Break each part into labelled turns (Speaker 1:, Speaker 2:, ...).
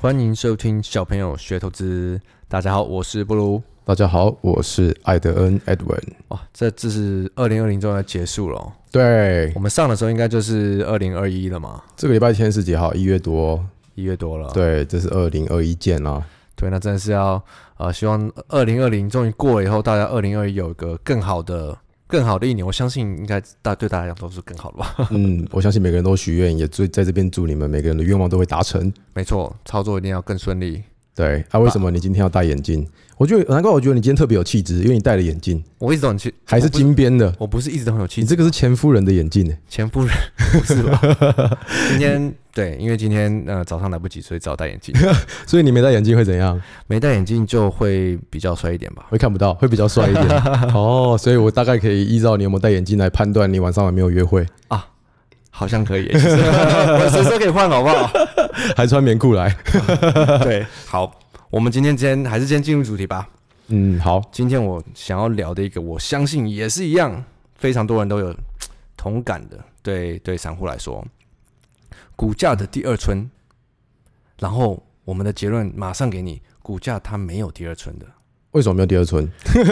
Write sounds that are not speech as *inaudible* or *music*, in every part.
Speaker 1: 欢迎收听小朋友学投资。大家好，我是布鲁。
Speaker 2: 大家好，我是艾德恩 Edwin。
Speaker 1: 哇，这这是二零二零终于要结束了哦、
Speaker 2: 对
Speaker 1: 我，们上的时候应该就是二零二一了嘛，
Speaker 2: 这个礼拜天是几号？一月多。
Speaker 1: 一月多了。
Speaker 2: 对，这是二零二一见啊啦。
Speaker 1: 对，那真的是要呃，希望二零二零终于过了以后，大家二零二一有一个更好的、更好的一年。我相信应该大对大家来讲都是更好的吧。
Speaker 2: *laughs* 嗯，我相信每个人都许愿，也最在这边祝你们每个人的愿望都会达成。
Speaker 1: 没错，操作一定要更顺利。
Speaker 2: 对，啊，为什么你今天要戴眼镜？我觉得难怪，我觉得你今天特别有气质，因为你戴了眼镜，
Speaker 1: 我一直都很气，
Speaker 2: 还是
Speaker 1: 我不
Speaker 2: 金边的。
Speaker 1: 我不是一直都很有气
Speaker 2: 你
Speaker 1: 质，
Speaker 2: 这个是前夫人的眼 *laughs* 镜，
Speaker 1: 前夫人不是
Speaker 2: *laughs*
Speaker 1: 吧？今天对，因为今天呃早上来不及，所以只好戴眼镜。
Speaker 2: 所以你没戴眼镜会怎样？
Speaker 1: 没戴眼镜就会比较衰一点吧。
Speaker 2: 会看不到，会比较帅 *laughs* 一点。哦，所以我大概可以依照你有没有戴眼镜来判断你晚上有没有约会，
Speaker 1: 好像可以耶，其实 *laughs* 我随时都可以换，好不好？
Speaker 2: 还穿棉裤来。
Speaker 1: *laughs* 对，好，我们今天今天还是先进入主题吧。
Speaker 2: 嗯，好，
Speaker 1: 今天我想要聊的一个，我相信也是一样，非常多人都有同感的，对对，散户来说，股价的第二春。然后我们的结论马上给你，股价它没有第二春的。
Speaker 2: 为什么没有第二春？ *laughs*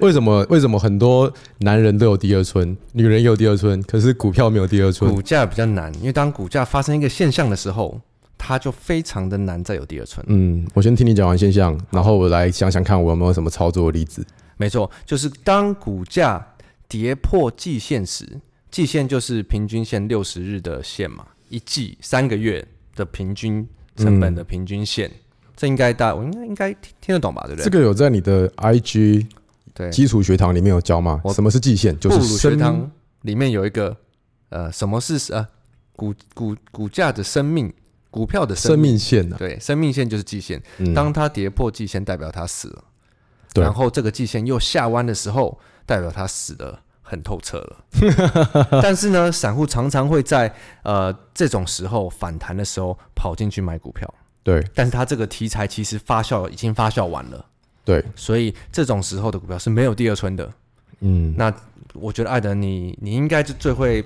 Speaker 2: 为什么为什么很多男人都有第二春，女人也有第二春，可是股票没有第二春？
Speaker 1: 股价比较难，因为当股价发生一个现象的时候，它就非常的难再有第二春。
Speaker 2: 嗯，我先听你讲完现象，然后我来想想看我有没有什么操作的例子。
Speaker 1: 没错，就是当股价跌破季线时，季线就是平均线六十日的线嘛，一季三个月的平均成本的平均线，这应该大我应该应该听听得懂吧？对不
Speaker 2: 这
Speaker 1: 对？
Speaker 2: 个有在你的 IG
Speaker 1: 对，
Speaker 2: 基础学堂里面有教吗
Speaker 1: 我？
Speaker 2: 什么是季线？就
Speaker 1: 布
Speaker 2: 是
Speaker 1: 鲁学
Speaker 2: 生
Speaker 1: 堂里面有一个呃，什么是呃股股股价的生命，股票的生
Speaker 2: 生
Speaker 1: 命。
Speaker 2: 命线啊。
Speaker 1: 对，生命线就是季线。
Speaker 2: 嗯
Speaker 1: 当它跌破季线，代表它死了。
Speaker 2: 对
Speaker 1: 然后这个季线又下弯的时候，代表它死的很透彻了。
Speaker 2: *laughs*
Speaker 1: 但是呢，散户常常会在呃这种时候反弹的时候跑进去买股票，
Speaker 2: 对
Speaker 1: 但是它这个题材其实发酵已经发酵完了，
Speaker 2: 对，
Speaker 1: 所以这种时候的股票是没有第二春的。
Speaker 2: 嗯，
Speaker 1: 那我觉得艾德你你应该就最会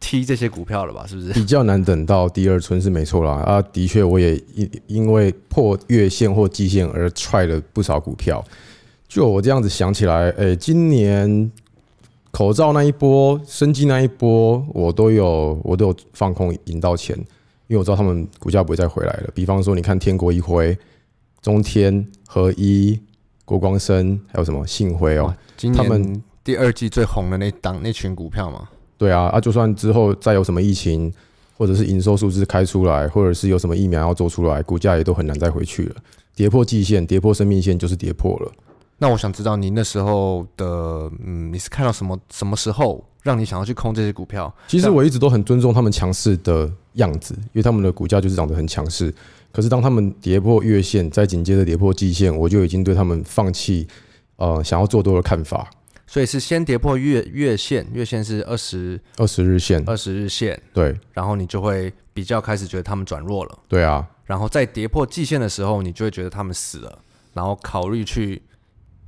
Speaker 1: 踢这些股票了吧？是不是？
Speaker 2: 比较难等到第二春是没错啦。啊，的确，我也因因为破月线或季线而踹了不少股票。就我这样子想起来，诶、今年口罩那一波、生机那一波，我都有我都有放空赢到钱，因为我知道他们股价不会再回来了。比方说，你看天国一辉、中天、合一、国光生，还有什么信辉哦
Speaker 1: 哇，今
Speaker 2: 他
Speaker 1: 年
Speaker 2: 们
Speaker 1: 第二季最红的那档那群股票嘛，
Speaker 2: 对啊，啊，就算之后再有什么疫情，或者是营收数字开出来，或者是有什么疫苗要做出来，股价也都很难再回去了。跌破季线，跌破生命线就是跌破了。
Speaker 1: 那我想知道你那时候的，嗯，你是看到什么什么时候让你想要去空这些股票？
Speaker 2: 其
Speaker 1: 这
Speaker 2: 实
Speaker 1: 样
Speaker 2: 我一直都很尊重他们强势的样子，因为他们的股价就是长得很强势。可是当他们跌破月线，再紧接着跌破季线，我就已经对他们放弃呃想要做多的看法。
Speaker 1: 所以是先跌破月月线，月线是二十
Speaker 2: 二十日线，
Speaker 1: 二十日线，
Speaker 2: 对
Speaker 1: 然后你就会比较开始觉得他们转弱了，
Speaker 2: 对啊，
Speaker 1: 然后在跌破季线的时候，你就会觉得他们死了，然后考虑去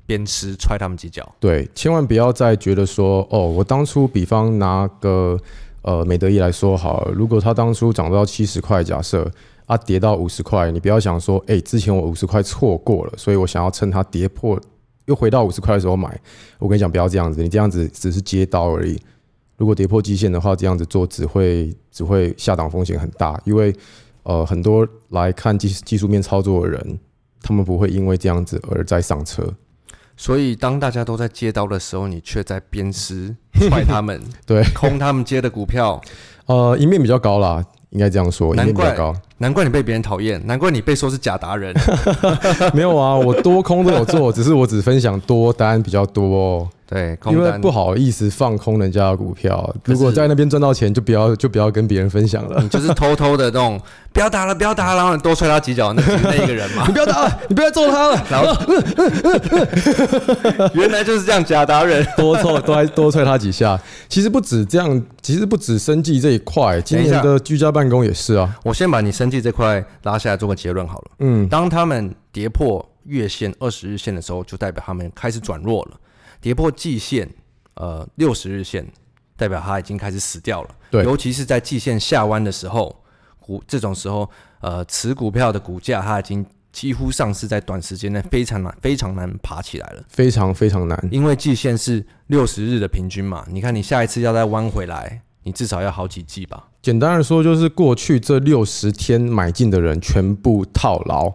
Speaker 1: 鞭尸踹他们几脚。
Speaker 2: 对，千万不要再觉得说，哦，我当初比方拿个呃美德一来说好了，如果它当初涨到七十块，假设啊跌到五十块，你不要想说，哎、之前我五十块错过了，所以我想要趁它跌破又回到五十块的时候买。我跟你讲，不要这样子，你这样子只是接刀而已。如果跌破基线的话，这样子做只会只会下档风险很大，因为呃很多来看技技术面操作的人，他们不会因为这样子而再上车。
Speaker 1: 所以当大家都在接刀的时候，你却在鞭
Speaker 2: *laughs*
Speaker 1: 尸踹他们，
Speaker 2: 对，
Speaker 1: 空他们接的股票，
Speaker 2: 呃，赢面比较高啦，应该这样说，赢
Speaker 1: 难
Speaker 2: 面比
Speaker 1: 怪
Speaker 2: 较高。
Speaker 1: 难怪你被别人讨厌，难怪你被说是假达
Speaker 2: *laughs*
Speaker 1: 人。
Speaker 2: 没有啊，我多空都有
Speaker 1: *laughs*
Speaker 2: 做，只是我只分享多单比较多、哦，
Speaker 1: 对，空
Speaker 2: 因为
Speaker 1: 单
Speaker 2: 不好意思放空人家的股票。
Speaker 1: 可是
Speaker 2: 如果在那边赚到钱，就不要就不要跟别人分享了。
Speaker 1: *laughs* 你就是偷偷的那种，不要打了，不要打了，然后你多踹他几脚，那就是那一个人嘛 *laughs*
Speaker 2: 你。不要打了，你不要揍他了，
Speaker 1: 然后原来就是这样，假达人。
Speaker 2: 多揍多多踹他几下。其实不止这样，其实不止生计这一块，今
Speaker 1: 等一下
Speaker 2: 年的居家办公也是啊。
Speaker 1: 我先把你生计这块拉下来做个结论好了。
Speaker 2: 嗯，
Speaker 1: 当他们跌破月线、二十日线的时候，就代表他们开始转弱了；跌破季线、呃六十日线，代表它已经开始死掉了。
Speaker 2: 对
Speaker 1: 尤其是在季线下弯的时候，股这种时候，呃，持股票的股价它已经几乎上市在短时间内非常难非常难爬起来了，
Speaker 2: 非常非常难。
Speaker 1: 因为季线是六十日的平均嘛，你看你下一次要再弯回来，你至少要好几季吧。
Speaker 2: 简单的说，就是过去这六十天买进的人全部套牢。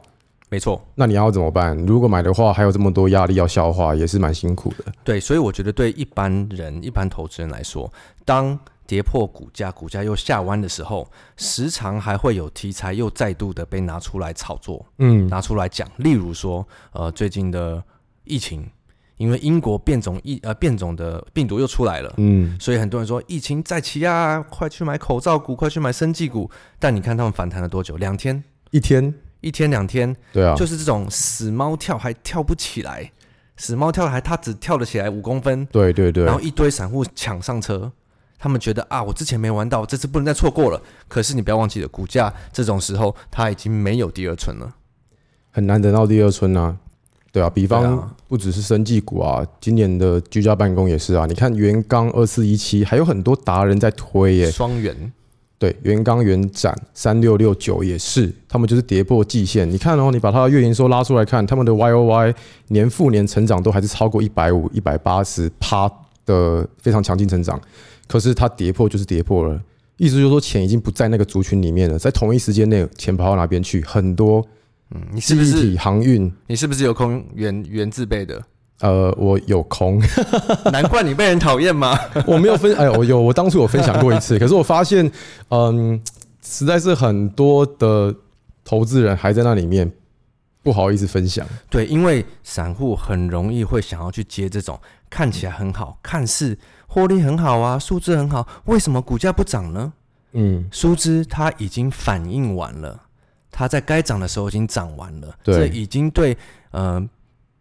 Speaker 1: 没错，
Speaker 2: 那你要怎么办？如果买的话，还有这么多压力要消化，也是蛮辛苦的。
Speaker 1: 对，所以我觉得对一般人、一般投资人来说，当跌破股价、股价又下弯的时候，时常还会有题材又再度的被拿出来炒作。
Speaker 2: 嗯，
Speaker 1: 拿出来讲，例如说，呃，最近的疫情，因为英国变种疫呃变种的病毒又出来了，
Speaker 2: 嗯，
Speaker 1: 所以很多人说疫情再起啊，快去买口罩股，快去买生技股。但你看他们反弹了多久？两天，
Speaker 2: 一天，
Speaker 1: 一天两天，
Speaker 2: 对啊，
Speaker 1: 就是这种死猫跳还跳不起来，死猫跳还它只跳得起来五公分，
Speaker 2: 对对对
Speaker 1: 然，后一堆散户抢上车。他们觉得啊，我之前没玩到，这次不能再错过了。可是你不要忘记了，股价这种时候它已经没有第二春了。
Speaker 2: 很难等到第二春啊。对啊，
Speaker 1: 对
Speaker 2: 比方
Speaker 1: 啊
Speaker 2: 不只是生技股啊，今年的居家办公也是啊。你看元刚二四一七，还有很多达人在推耶、
Speaker 1: 双元，
Speaker 2: 对，元刚元展三六六九也是，他们就是跌破季线。你看哦，你把它的月营收拉出来看，他们的 Y O Y 年复年成长都还是超过一百五、一百八十趴的非常强劲成长，可是它跌破就是跌破了，意思就是说钱已经不在那个族群里面了，在同一时间内钱跑到哪边去？很多
Speaker 1: 嗯，你是
Speaker 2: 记
Speaker 1: 不
Speaker 2: 忆
Speaker 1: 是
Speaker 2: 体、航运，
Speaker 1: 你是不是有空原原自备的？
Speaker 2: 呃，我有空，
Speaker 1: 难怪你被人讨厌
Speaker 2: *laughs*
Speaker 1: 嘛。
Speaker 2: 我没有分，哎，我有，我当初有分享过一次，可是我发现，嗯，实在是很多的投资人还在那里面，不好意思分享。
Speaker 1: 对，因为散户很容易会想要去接这种看起来很好，看似获利很好啊，数字很好，为什么股价不涨呢？
Speaker 2: 嗯，
Speaker 1: 殊知它已经反应完了，它在该涨的时候已经涨完了，
Speaker 2: 对
Speaker 1: 这已经对呃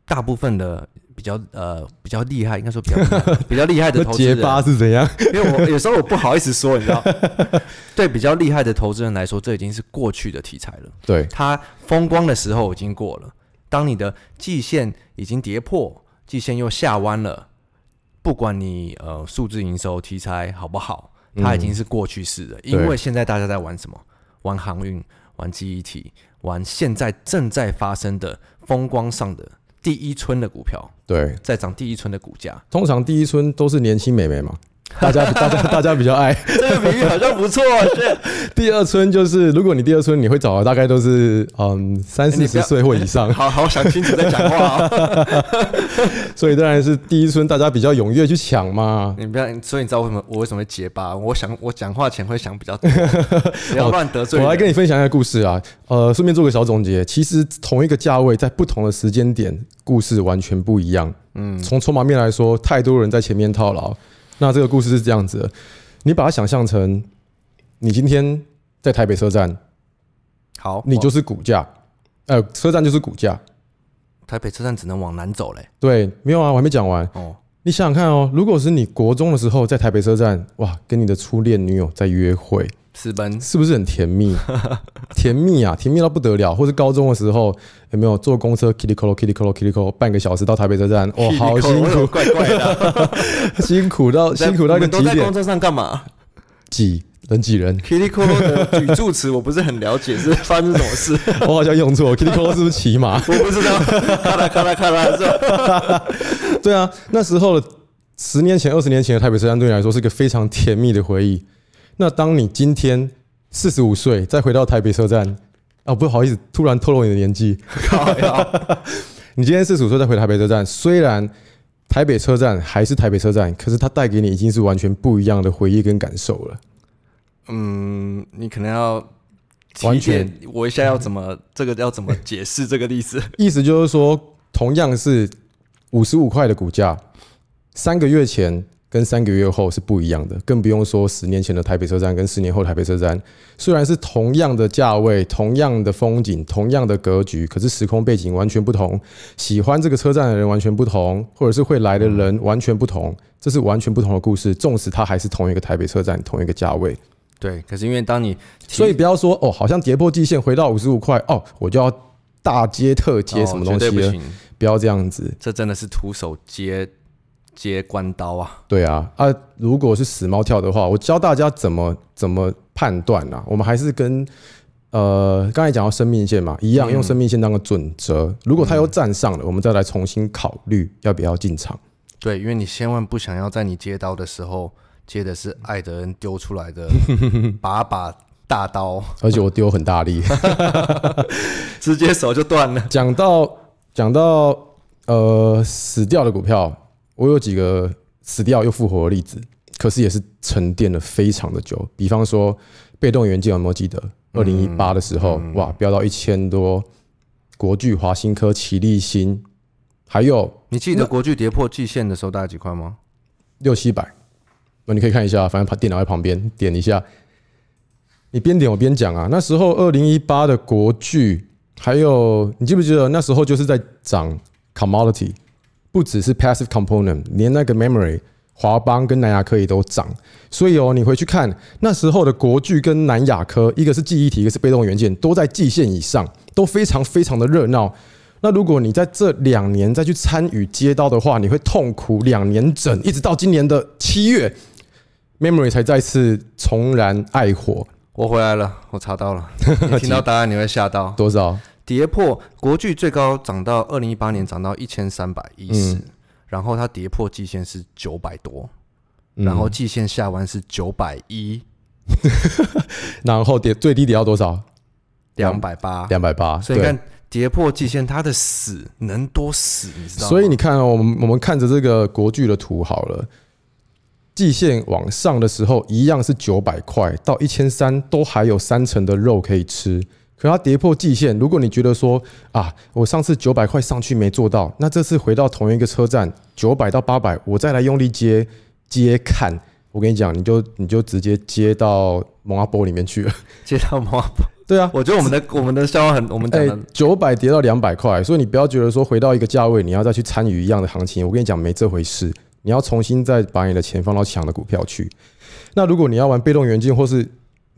Speaker 1: 大部分的比较呃比较厉害，应该说比较厉 *laughs* 害比较厉害的
Speaker 2: 那
Speaker 1: 投资
Speaker 2: 结 *laughs*
Speaker 1: 人，
Speaker 2: 巴是
Speaker 1: *laughs*
Speaker 2: 怎样？
Speaker 1: 因为我有时候我不好意思说，你知道，对比较厉害的投资人来说，这已经是过去的题材了。
Speaker 2: 对，
Speaker 1: 它风光的时候已经过了，当你的季线已经跌破，季线又下弯了，不管你呃数字营收题材好不好，它已经是过去式了。因为现在大家在玩什么？玩航运，玩记忆体，玩现在正在发生的风光上的第一春的股票，
Speaker 2: 对，
Speaker 1: 在涨第一春的股价。
Speaker 2: 通常第一春都是年轻美眉嘛，大家大家大家比较爱。 *laughs*
Speaker 1: 这个比喻好像不错，是。
Speaker 2: 第二春就是，如果你第二春你会找的大概都是嗯三
Speaker 1: 哎你不
Speaker 2: 四十
Speaker 1: 要
Speaker 2: 岁或以上，
Speaker 1: *laughs* *laughs* 好好想清楚再讲话、哦。
Speaker 2: 所以当然是第一春大家比较踊跃去抢嘛。
Speaker 1: 你不要，所以你知道为什么我为什么会结巴？我想我讲话前会想比较
Speaker 2: *laughs*
Speaker 1: 多，不要乱得罪
Speaker 2: 我
Speaker 1: 人。
Speaker 2: 来跟你分享一个故事啊，呃，顺便做个小总结。其实同一个价位，在不同的时间点，故事完全不一样。嗯，从筹码面来说，太多人在前面套牢。那这个故事是这样子的你把它想象成，你今天在台北车站，
Speaker 1: 好，哦
Speaker 2: 你
Speaker 1: 往
Speaker 2: 就是股价，呃，车站就是股价。
Speaker 1: 台北车站只能往南走嘞。
Speaker 2: 对，没有啊，我还没讲完。
Speaker 1: 哦，
Speaker 2: 你想想看哦，如果是你国中的时候在台北车站，哇，跟你的初恋女友在约会，
Speaker 1: 私奔
Speaker 2: 是不是很甜蜜？
Speaker 1: *laughs*
Speaker 2: 甜蜜啊，甜蜜到不得了！或是高中的时候，有没有坐公车 kitty colo kitty colo kitty colo 半个小时到台北车站？
Speaker 1: *laughs*
Speaker 2: 哇，哦好辛苦，
Speaker 1: 怪怪
Speaker 2: *laughs*
Speaker 1: 的，
Speaker 2: 辛苦到辛苦到一个
Speaker 1: 你们都
Speaker 2: 极
Speaker 1: 在
Speaker 2: 点
Speaker 1: 公，车上干嘛。
Speaker 2: 挤人挤人
Speaker 1: ？Kitty c
Speaker 2: *laughs*
Speaker 1: o l 的举助词我不是很了解，是发生什么
Speaker 2: *laughs*
Speaker 1: 事？
Speaker 2: 我好像用错，kitty colo 是不是骑马？
Speaker 1: 我不知道。咔啦咔啦咔啦，是吧？
Speaker 2: *laughs* 对啊，那时候的十年前、二十年前的台北车站对你来说是个非常甜蜜的回忆。那当你今天四十五岁再回到台北车站，啊，不好意思，突然透露你的年纪， *laughs*
Speaker 1: 靠呀！
Speaker 2: 你今天四十五岁再回台北车站，虽然台北车站还是台北车站，可是它带给你已经是完全不一样的回忆跟感受了。
Speaker 1: 嗯，你可能要。
Speaker 2: 完全，
Speaker 1: 我一下要怎么这个要怎么解释这个例子？
Speaker 2: 意思就是说，同样是五十五块的股价，三个月前跟三个月后是不一样的，更不用说十年前的台北车站跟十年后的台北车站，虽然是同样的价位、同样的风景、同样的格局，可是时空背景完全不同，喜欢这个车站的人完全不同，或者是会来的人完全不同，这是完全不同的故事。纵使它还是同一个台北车站、同一个价位，
Speaker 1: 对，可是因为当你提
Speaker 2: 所以不要说哦，好像跌破季线回到五十五块哦，我就要大接特接
Speaker 1: 哦
Speaker 2: 什么东
Speaker 1: 绝对
Speaker 2: 西
Speaker 1: 不
Speaker 2: 了，
Speaker 1: 行，
Speaker 2: 不要这样子。
Speaker 1: 这真的是徒手接接关刀啊，
Speaker 2: 对啊，啊，如果是死猫跳的话，我教大家怎么怎么判断啦、我们还是跟呃刚才讲到生命线嘛，一样用生命线当个准则。如果它又站上了，我们再来重新考虑要不要进场。
Speaker 1: 对，因为你千万不想要在你接刀的时候接的是艾德恩丢出来 *laughs* 的把把大刀，
Speaker 2: 而且我丢很大力。
Speaker 1: 直接手就断了。
Speaker 2: 讲到讲到呃死掉的股票，我有几个死掉又复活的例子，可是也是沉淀了非常的久。比方说被动元件有没有记得？二零一八的时候，哇，飙到一千多，国巨、华新科、奇力新，还有
Speaker 1: *laughs* 你记得国巨跌破季线的时候大概几块吗？
Speaker 2: 六七百，那你可以看一下，啊反正旁电脑在旁边，点一下。你边点我边讲啊，那时候二零一八的国剧，还有你记不记得那时候就是在涨 commodity，不只是 passive component，连那个 memory 华邦跟南亚科也都涨。所以哦，你回去看那时候的国剧跟南亚科，一个是记忆体，一个是被动元件，都在季线以上，都非常非常的热闹。那如果你在这两年再去参与街道的话，你会痛苦两年整，一直到今年的七月，Memory 才再次重燃爱火。
Speaker 1: 我回来了，我查到 *laughs* 了，你听到答案你会吓到。
Speaker 2: 多少？
Speaker 1: 跌破国巨最高涨到二零一八年涨到一千三百一十，然后它跌破季线是九百多，
Speaker 2: 嗯
Speaker 1: 然后季线下弯是九百一、
Speaker 2: 然后跌最低跌到多少？
Speaker 1: 两百八，
Speaker 2: 两百八。
Speaker 1: 所以你
Speaker 2: 对
Speaker 1: 看跌破季线，它的死能多死，你知道吗？
Speaker 2: 所以你看、哦，我们我们看着这个国剧的图好了，季线往上的时候，一样是九百块到一千三，都还有三成的肉可以吃。可它跌破季线，如果你觉得说啊，我上次九百块上去没做到，那这次回到同一个车站九百到八百，我再来用力接接看，我跟你讲，你就你就直接接到蒙阿波里面去了。 *laughs*
Speaker 1: 接到猫，
Speaker 2: 对啊，
Speaker 1: 我觉得我
Speaker 2: *laughs*
Speaker 1: 们的我们的笑话很，我们讲
Speaker 2: 哎
Speaker 1: 的，
Speaker 2: 九百跌到两百块，所以你不要觉得说回到一个价位，你要再去参与一样的行情。我跟你讲，没这回事。你要重新再把你的钱放到强的股票去。那如果你要玩被动元件或是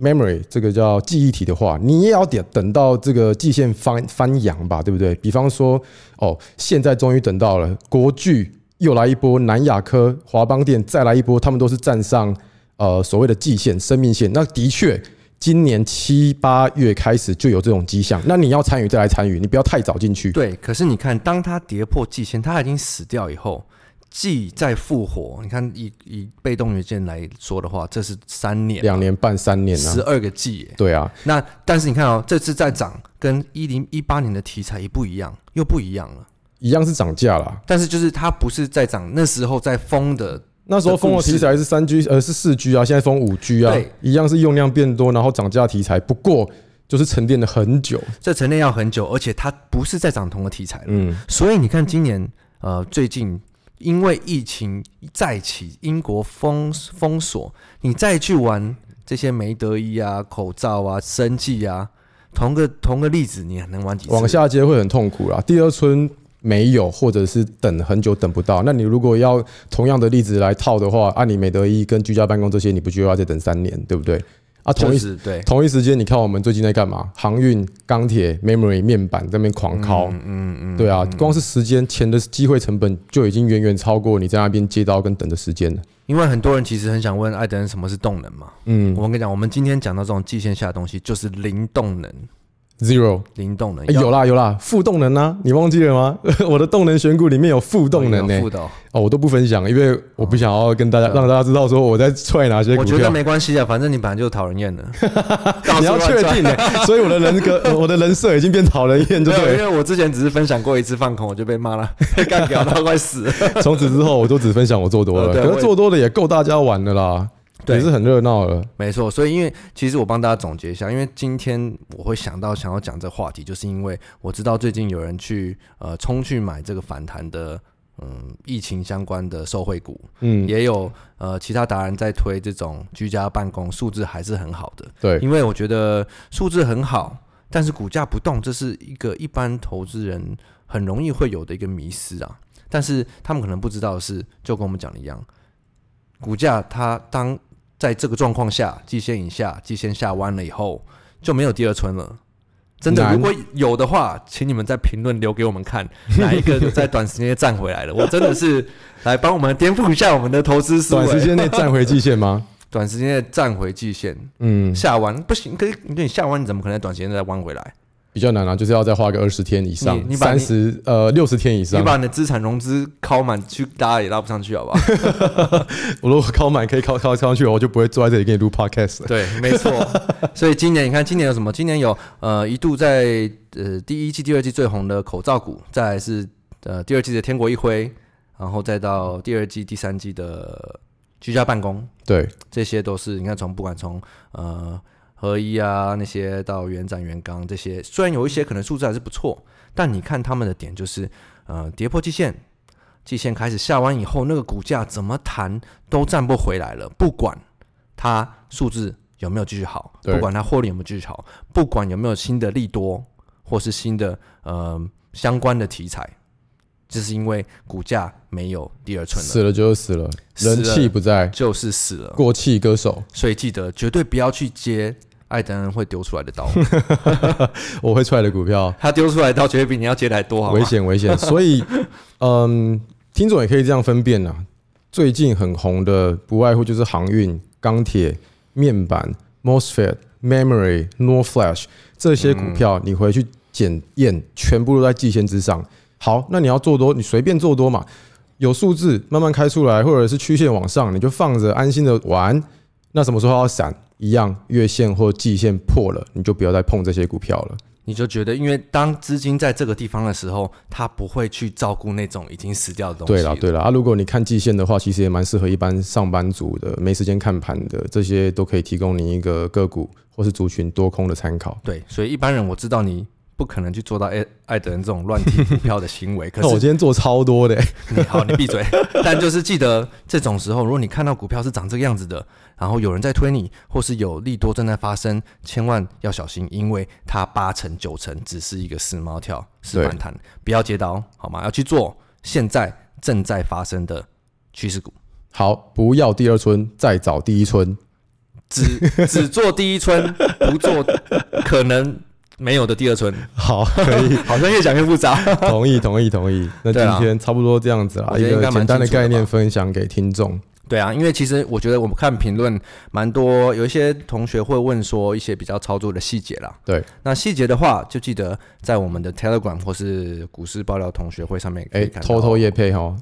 Speaker 2: memory 这个叫记忆体的话，你也要等等到这个季线翻翻扬吧，对不对？比方说，哦，现在终于等到了国巨又来一波，南亚科、华邦电再来一波，他们都是站上呃所谓的季线、生命线。那的确，今年七八月开始就有这种迹象。那你要参与再来参与，你不要太早进去。
Speaker 1: 对。可是你看，当它跌破季线，它已经死掉以后，季再复活，你看以以被动元件来说的话，这是三年，
Speaker 2: 两年半、三年啊
Speaker 1: 十，二个季耶。
Speaker 2: 对啊，
Speaker 1: 那但是你看哦，这次再涨跟一零一八年的题材也不一样，又不一样了。
Speaker 2: 一样是涨价啦。
Speaker 1: 但是就是它不是在涨，那时候在疯的，
Speaker 2: 那时候封的题材是三 G，呃是四 G 啊，现在封五 G 啊
Speaker 1: 对，
Speaker 2: 一样是用量变多，然后涨价题材，不过就是沉淀了很久。
Speaker 1: 这沉淀要很久，而且它不是在涨同个题材了。
Speaker 2: 嗯，
Speaker 1: 所以你看，今年呃，最近因为疫情再起，英国封封锁，你再去玩这些梅德伊啊、口罩啊、生计啊，同个同个例子，你还能玩几次？
Speaker 2: 往下接会很痛苦啦。第二春没有，或者是等很久等不到。那你如果要同样的例子来套的话，按、啊你美德一跟居家办公这些，你不就要再等三年，对不对？啊，同
Speaker 1: 就
Speaker 2: 一、
Speaker 1: 是对，
Speaker 2: 同一时间，你看我们最近在干嘛？航运、钢铁、memory 面板在那边狂敲，
Speaker 1: 嗯嗯嗯，
Speaker 2: 对啊，光是时间、钱的机会成本就已经远远超过你在那边接刀跟等的时间了。
Speaker 1: 因为很多人其实很想问艾德恩什么是动能嘛。
Speaker 2: 嗯
Speaker 1: 我们跟你讲，我们今天讲到这种季线下的东西，就是零动能，
Speaker 2: ，zero。
Speaker 1: 零动能、
Speaker 2: 哎有啦有啦，负动能啊，你忘记了吗？ *laughs* 我的动能选股里面有负动能呢、
Speaker 1: 负的哦、
Speaker 2: 哦，我都不分享，因为我不想要跟大家、让大家知道说我在踹哪些股
Speaker 1: 哦啊我觉得
Speaker 2: 票。
Speaker 1: 没关系啊，反正你本来就讨人厌的，
Speaker 2: *laughs*
Speaker 1: 到处
Speaker 2: 你要
Speaker 1: 乱
Speaker 2: 确
Speaker 1: 窜
Speaker 2: 定呢、所以我的人格、
Speaker 1: *laughs*
Speaker 2: 我的人设已经变讨人厌，就
Speaker 1: 对，因
Speaker 2: 对
Speaker 1: 为我之前只是分享过一次放空，我就被骂
Speaker 2: *laughs*
Speaker 1: 了，被干掉到快死了。
Speaker 2: 了。从此之后，我都只分享我做多了，
Speaker 1: 呃对
Speaker 2: 可
Speaker 1: 我
Speaker 2: 是
Speaker 1: 也
Speaker 2: 做多的也够大家玩的啦，
Speaker 1: 对
Speaker 2: 也是很热闹了。
Speaker 1: 没错，所以因为其实我帮大家总结一下，因为今天我会想到想要讲这话题，就是因为我知道最近有人去呃冲去买这个反弹的。嗯，疫情相关的受惠股，
Speaker 2: 嗯，
Speaker 1: 也有呃其他达人在推这种居家办公，素质还是很好的。
Speaker 2: 对，
Speaker 1: 因为我觉得数字很好，但是股价不动，这是一个一般投资人很容易会有的一个迷失啊。但是他们可能不知道的是，就跟我们讲的一样，股价它当在这个状况下，季线以下、季线下弯了以后，就没有第二春了。真的，
Speaker 2: 难
Speaker 1: 如果有的话，请你们在评论留给我们
Speaker 2: *laughs*
Speaker 1: 看，哪一个在短时间内站回来了？我真的是来帮我们颠覆一下我们的投资思维。
Speaker 2: 短时间内站回季
Speaker 1: *laughs*
Speaker 2: 线吗？
Speaker 1: 短时间内站回季线，
Speaker 2: 嗯，
Speaker 1: 下弯不行，可是你下弯你怎么可能在短时间内再弯回来？
Speaker 2: 比较难啊，就是要再花个二十天以上
Speaker 1: 你，你把
Speaker 2: 三
Speaker 1: 你
Speaker 2: 十呃六十天以
Speaker 1: 你
Speaker 2: 上。
Speaker 1: 把你的资产融资敲满，去拉也拉不上去，好不好？
Speaker 2: 我如果靠满可以靠靠上去，我就不会坐在这里给你录 podcast
Speaker 1: *laughs*
Speaker 2: 了。
Speaker 1: 对，没错。 *laughs* 所以今年你看，今年有什么？今年有呃一度在呃第一季、第二季最红的口罩股，再来是呃第二季的天国一辉，然后再到第二季、第三季的居家办公，
Speaker 2: 对，
Speaker 1: 这些都是你看从不管从呃合一啊那些到原展、原钢这些，虽然有一些可能数字还是不错，但你看他们的点就是呃跌破季线。季线开始下弯以后，那个股价怎么弹都站不回来了。不管它数字有没有继续好，
Speaker 2: 对
Speaker 1: 不管它获利有没有继续好，不管有没有新的利多或是新的呃相关的题材，就是因为股价没有第二春了，
Speaker 2: 死了就是死了，
Speaker 1: 死了
Speaker 2: 人气不在，
Speaker 1: 就是死了。
Speaker 2: 过气歌手，
Speaker 1: 所以记得绝对不要去接艾登恩会丢出来的刀，
Speaker 2: *laughs* 我会出来的股票。
Speaker 1: *laughs* 他丢出来的刀绝对比你要接的还多，好吗
Speaker 2: 危？险危险。所以，嗯，听众也可以这样分辨呐、啊最近很红的，不外乎就是航运、钢铁、面板、MOSFET、Memory、NOR Flash 这些股票，你回去检验，全部都在季线之上。好，那你要做多，你随便做多嘛，有数字慢慢开出来，或者是曲线往上，你就放着安心的玩。那什么时候要闪？一样，月线或季线破了，你就不要再碰这些股票了。
Speaker 1: 你就觉得，因为当资金在这个地方的时候，他不会去照顾那种已经死掉的东
Speaker 2: 对
Speaker 1: 西
Speaker 2: 啦，对啦，啊，如果你看季线的话，其实也蛮适合一般上班族的，没时间看盘的，这些都可以提供你一个个股或是族群多空的参考。
Speaker 1: 对所以一般人我知道你不可能去做到艾艾登恩这种乱踢股票的行 *laughs* 为，可
Speaker 2: 那我
Speaker 1: 是
Speaker 2: 今天做超
Speaker 1: *laughs*
Speaker 2: 多的、欸，
Speaker 1: 你好，你闭 *laughs* 嘴。但就是记得这种时候，如果你看到股票是长这个样子的，然后有人在推你，或是有利多正在发生，千万要小心，因为它八成九成只是一个死猫跳、是反弹，不要接刀，好吗？要去做现在正在发生的趋势股，
Speaker 2: 好，不要第二春，再找第一春。
Speaker 1: 只只做第一春，不做可能没有的第二春，
Speaker 2: 好，可以，
Speaker 1: 好像越讲越复杂。
Speaker 2: 同意，同意，
Speaker 1: *laughs*
Speaker 2: 同意。那
Speaker 1: 对
Speaker 2: 今
Speaker 1: 啊
Speaker 2: 天差不多这样子啦，
Speaker 1: 我
Speaker 2: 一
Speaker 1: 觉得应
Speaker 2: 个
Speaker 1: 该蛮
Speaker 2: 简单的
Speaker 1: 清楚的
Speaker 2: 概念
Speaker 1: 吧
Speaker 2: 分享给听众。
Speaker 1: 对啊，因为其实我觉得我们看评论蛮多，有一些同学会问说一些比较操作的细节啦。
Speaker 2: 对，
Speaker 1: 那细节的话，就记得在我们的 Telegram 或是股市爆料同学会上面可
Speaker 2: 哎、
Speaker 1: 以看到
Speaker 2: 偷偷夜配哈，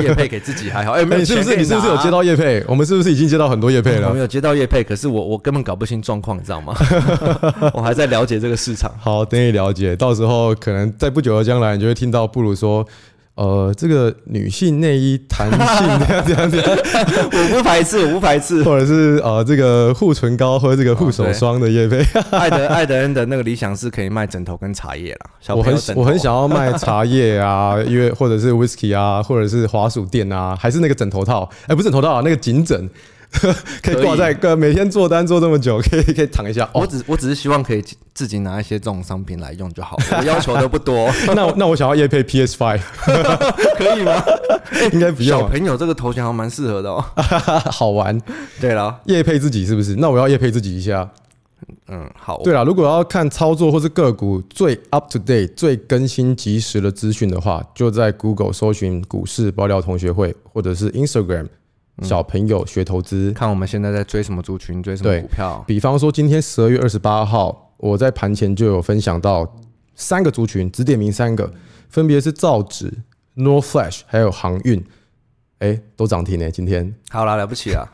Speaker 1: 业配给自己还好，
Speaker 2: *laughs*
Speaker 1: 哎、*laughs*
Speaker 2: 哎、
Speaker 1: 没有啊
Speaker 2: 你是不
Speaker 1: 钱可以
Speaker 2: 是你是不是有接到夜配？我们是不是已经接到很多夜配
Speaker 1: 拿？ *laughs* 我
Speaker 2: 了
Speaker 1: 没？有接到业配，可是我我根本搞不清状况，你知道
Speaker 2: *laughs*
Speaker 1: 吗？我还在了解这个市场。
Speaker 2: 好，等你了解，到时候可能在不久的将来，你就会听到布鲁说，呃，这个女性内衣弹性 *laughs* 这样这样这样，
Speaker 1: 我不排斥，我不排斥。
Speaker 2: 或者是呃这个护唇膏或者这个护手霜的叶 *laughs* 配，
Speaker 1: 艾德艾德恩的那个理想是可以卖枕头跟茶叶啦，小
Speaker 2: 我
Speaker 1: 朋
Speaker 2: 很
Speaker 1: 友枕头
Speaker 2: 我很想要卖茶叶啊，因为或者是 whisky 啊，或者是滑鼠垫啊，还是那个枕头套，哎、不是枕头套啊，那个颈枕。 *laughs* 可以挂在呃每天做单做这么久，可以可以躺一下
Speaker 1: 我
Speaker 2: 哦。
Speaker 1: 只我只是希望可以自己拿一些这种商品来用就好，我要求都不多。
Speaker 2: 那我那我想要夜配 PS Five，
Speaker 1: 可以 *laughs* 吗？
Speaker 2: 应该不用 *laughs*
Speaker 1: 小
Speaker 2: 啊，
Speaker 1: 朋友这个头衔还蛮适合的哦。
Speaker 2: 好玩。
Speaker 1: *laughs* 对了，
Speaker 2: 夜配自己是不是？那我要夜配自己一下。
Speaker 1: 嗯，好，
Speaker 2: 对啦，如果要看操作或是个股最 up to date、最更新及时的资讯的话，就在 Google 搜寻股市爆料同学会，或者是 Instagram 小朋友学投资。
Speaker 1: 看我们现在在追什么族群，追什么
Speaker 2: 对
Speaker 1: 股票。
Speaker 2: 比方说，今天十二月二十八号，我在盘前就有分享到三个族群，只点名三个，分别是造纸、Nor Flash 还有航运。哎、都涨停呢、今天
Speaker 1: 好啦，了不起啊！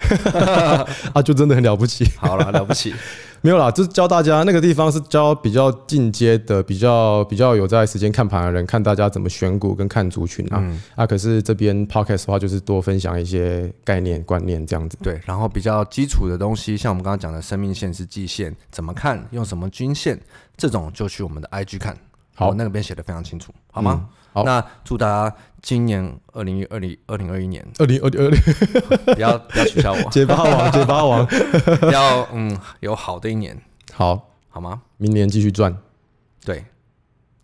Speaker 2: 啊，就真的很了不起。
Speaker 1: 好 *laughs* 啦，了不起。
Speaker 2: 没有啦，就是教大家那个地方是教比较进阶的，比较比较有在时间看盘的人，看大家怎么选股跟看族群啊。啊，可是这边 podcast 的话，就是多分享一些概念观念这样子。
Speaker 1: 对，然后比较基础的东西，像我们刚刚讲的生命线是季线，怎么看，用什么均线，这种就去我们的 IG 看。
Speaker 2: 好嗯
Speaker 1: 我那个边写的非常清楚，好吗？
Speaker 2: 好
Speaker 1: 那祝大家今年二零二零二零二一年，
Speaker 2: 二零二零二零，
Speaker 1: 不要不要取消我， *laughs*
Speaker 2: 结巴王，结巴 *laughs* 王。
Speaker 1: 要嗯有好的一年，
Speaker 2: 好，
Speaker 1: 好吗？
Speaker 2: 明年继续赚，
Speaker 1: 对，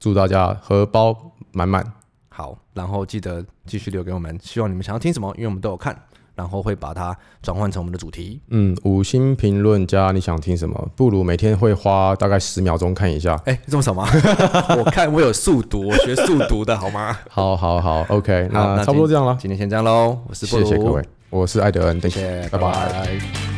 Speaker 2: 祝大家荷包满满。
Speaker 1: 好，然后记得继续留给我们，希望你们想要听什么，因为我们都有看。然后会把它转换成我们的主题。
Speaker 2: 嗯，五星评论加你想听什么，不如每天会花大概十秒钟看一下。
Speaker 1: 哎，这么少吗？ *laughs* 我看我有速读，我学速读的好吗？
Speaker 2: 好好好，OK，
Speaker 1: 好那
Speaker 2: 那差不多这样了，
Speaker 1: 今天先这样喽，我是布
Speaker 2: 谢
Speaker 1: 鲁
Speaker 2: 谢各位，，我是艾德
Speaker 1: 谢
Speaker 2: 恩，等下，
Speaker 1: 谢，
Speaker 2: 拜拜
Speaker 1: 拜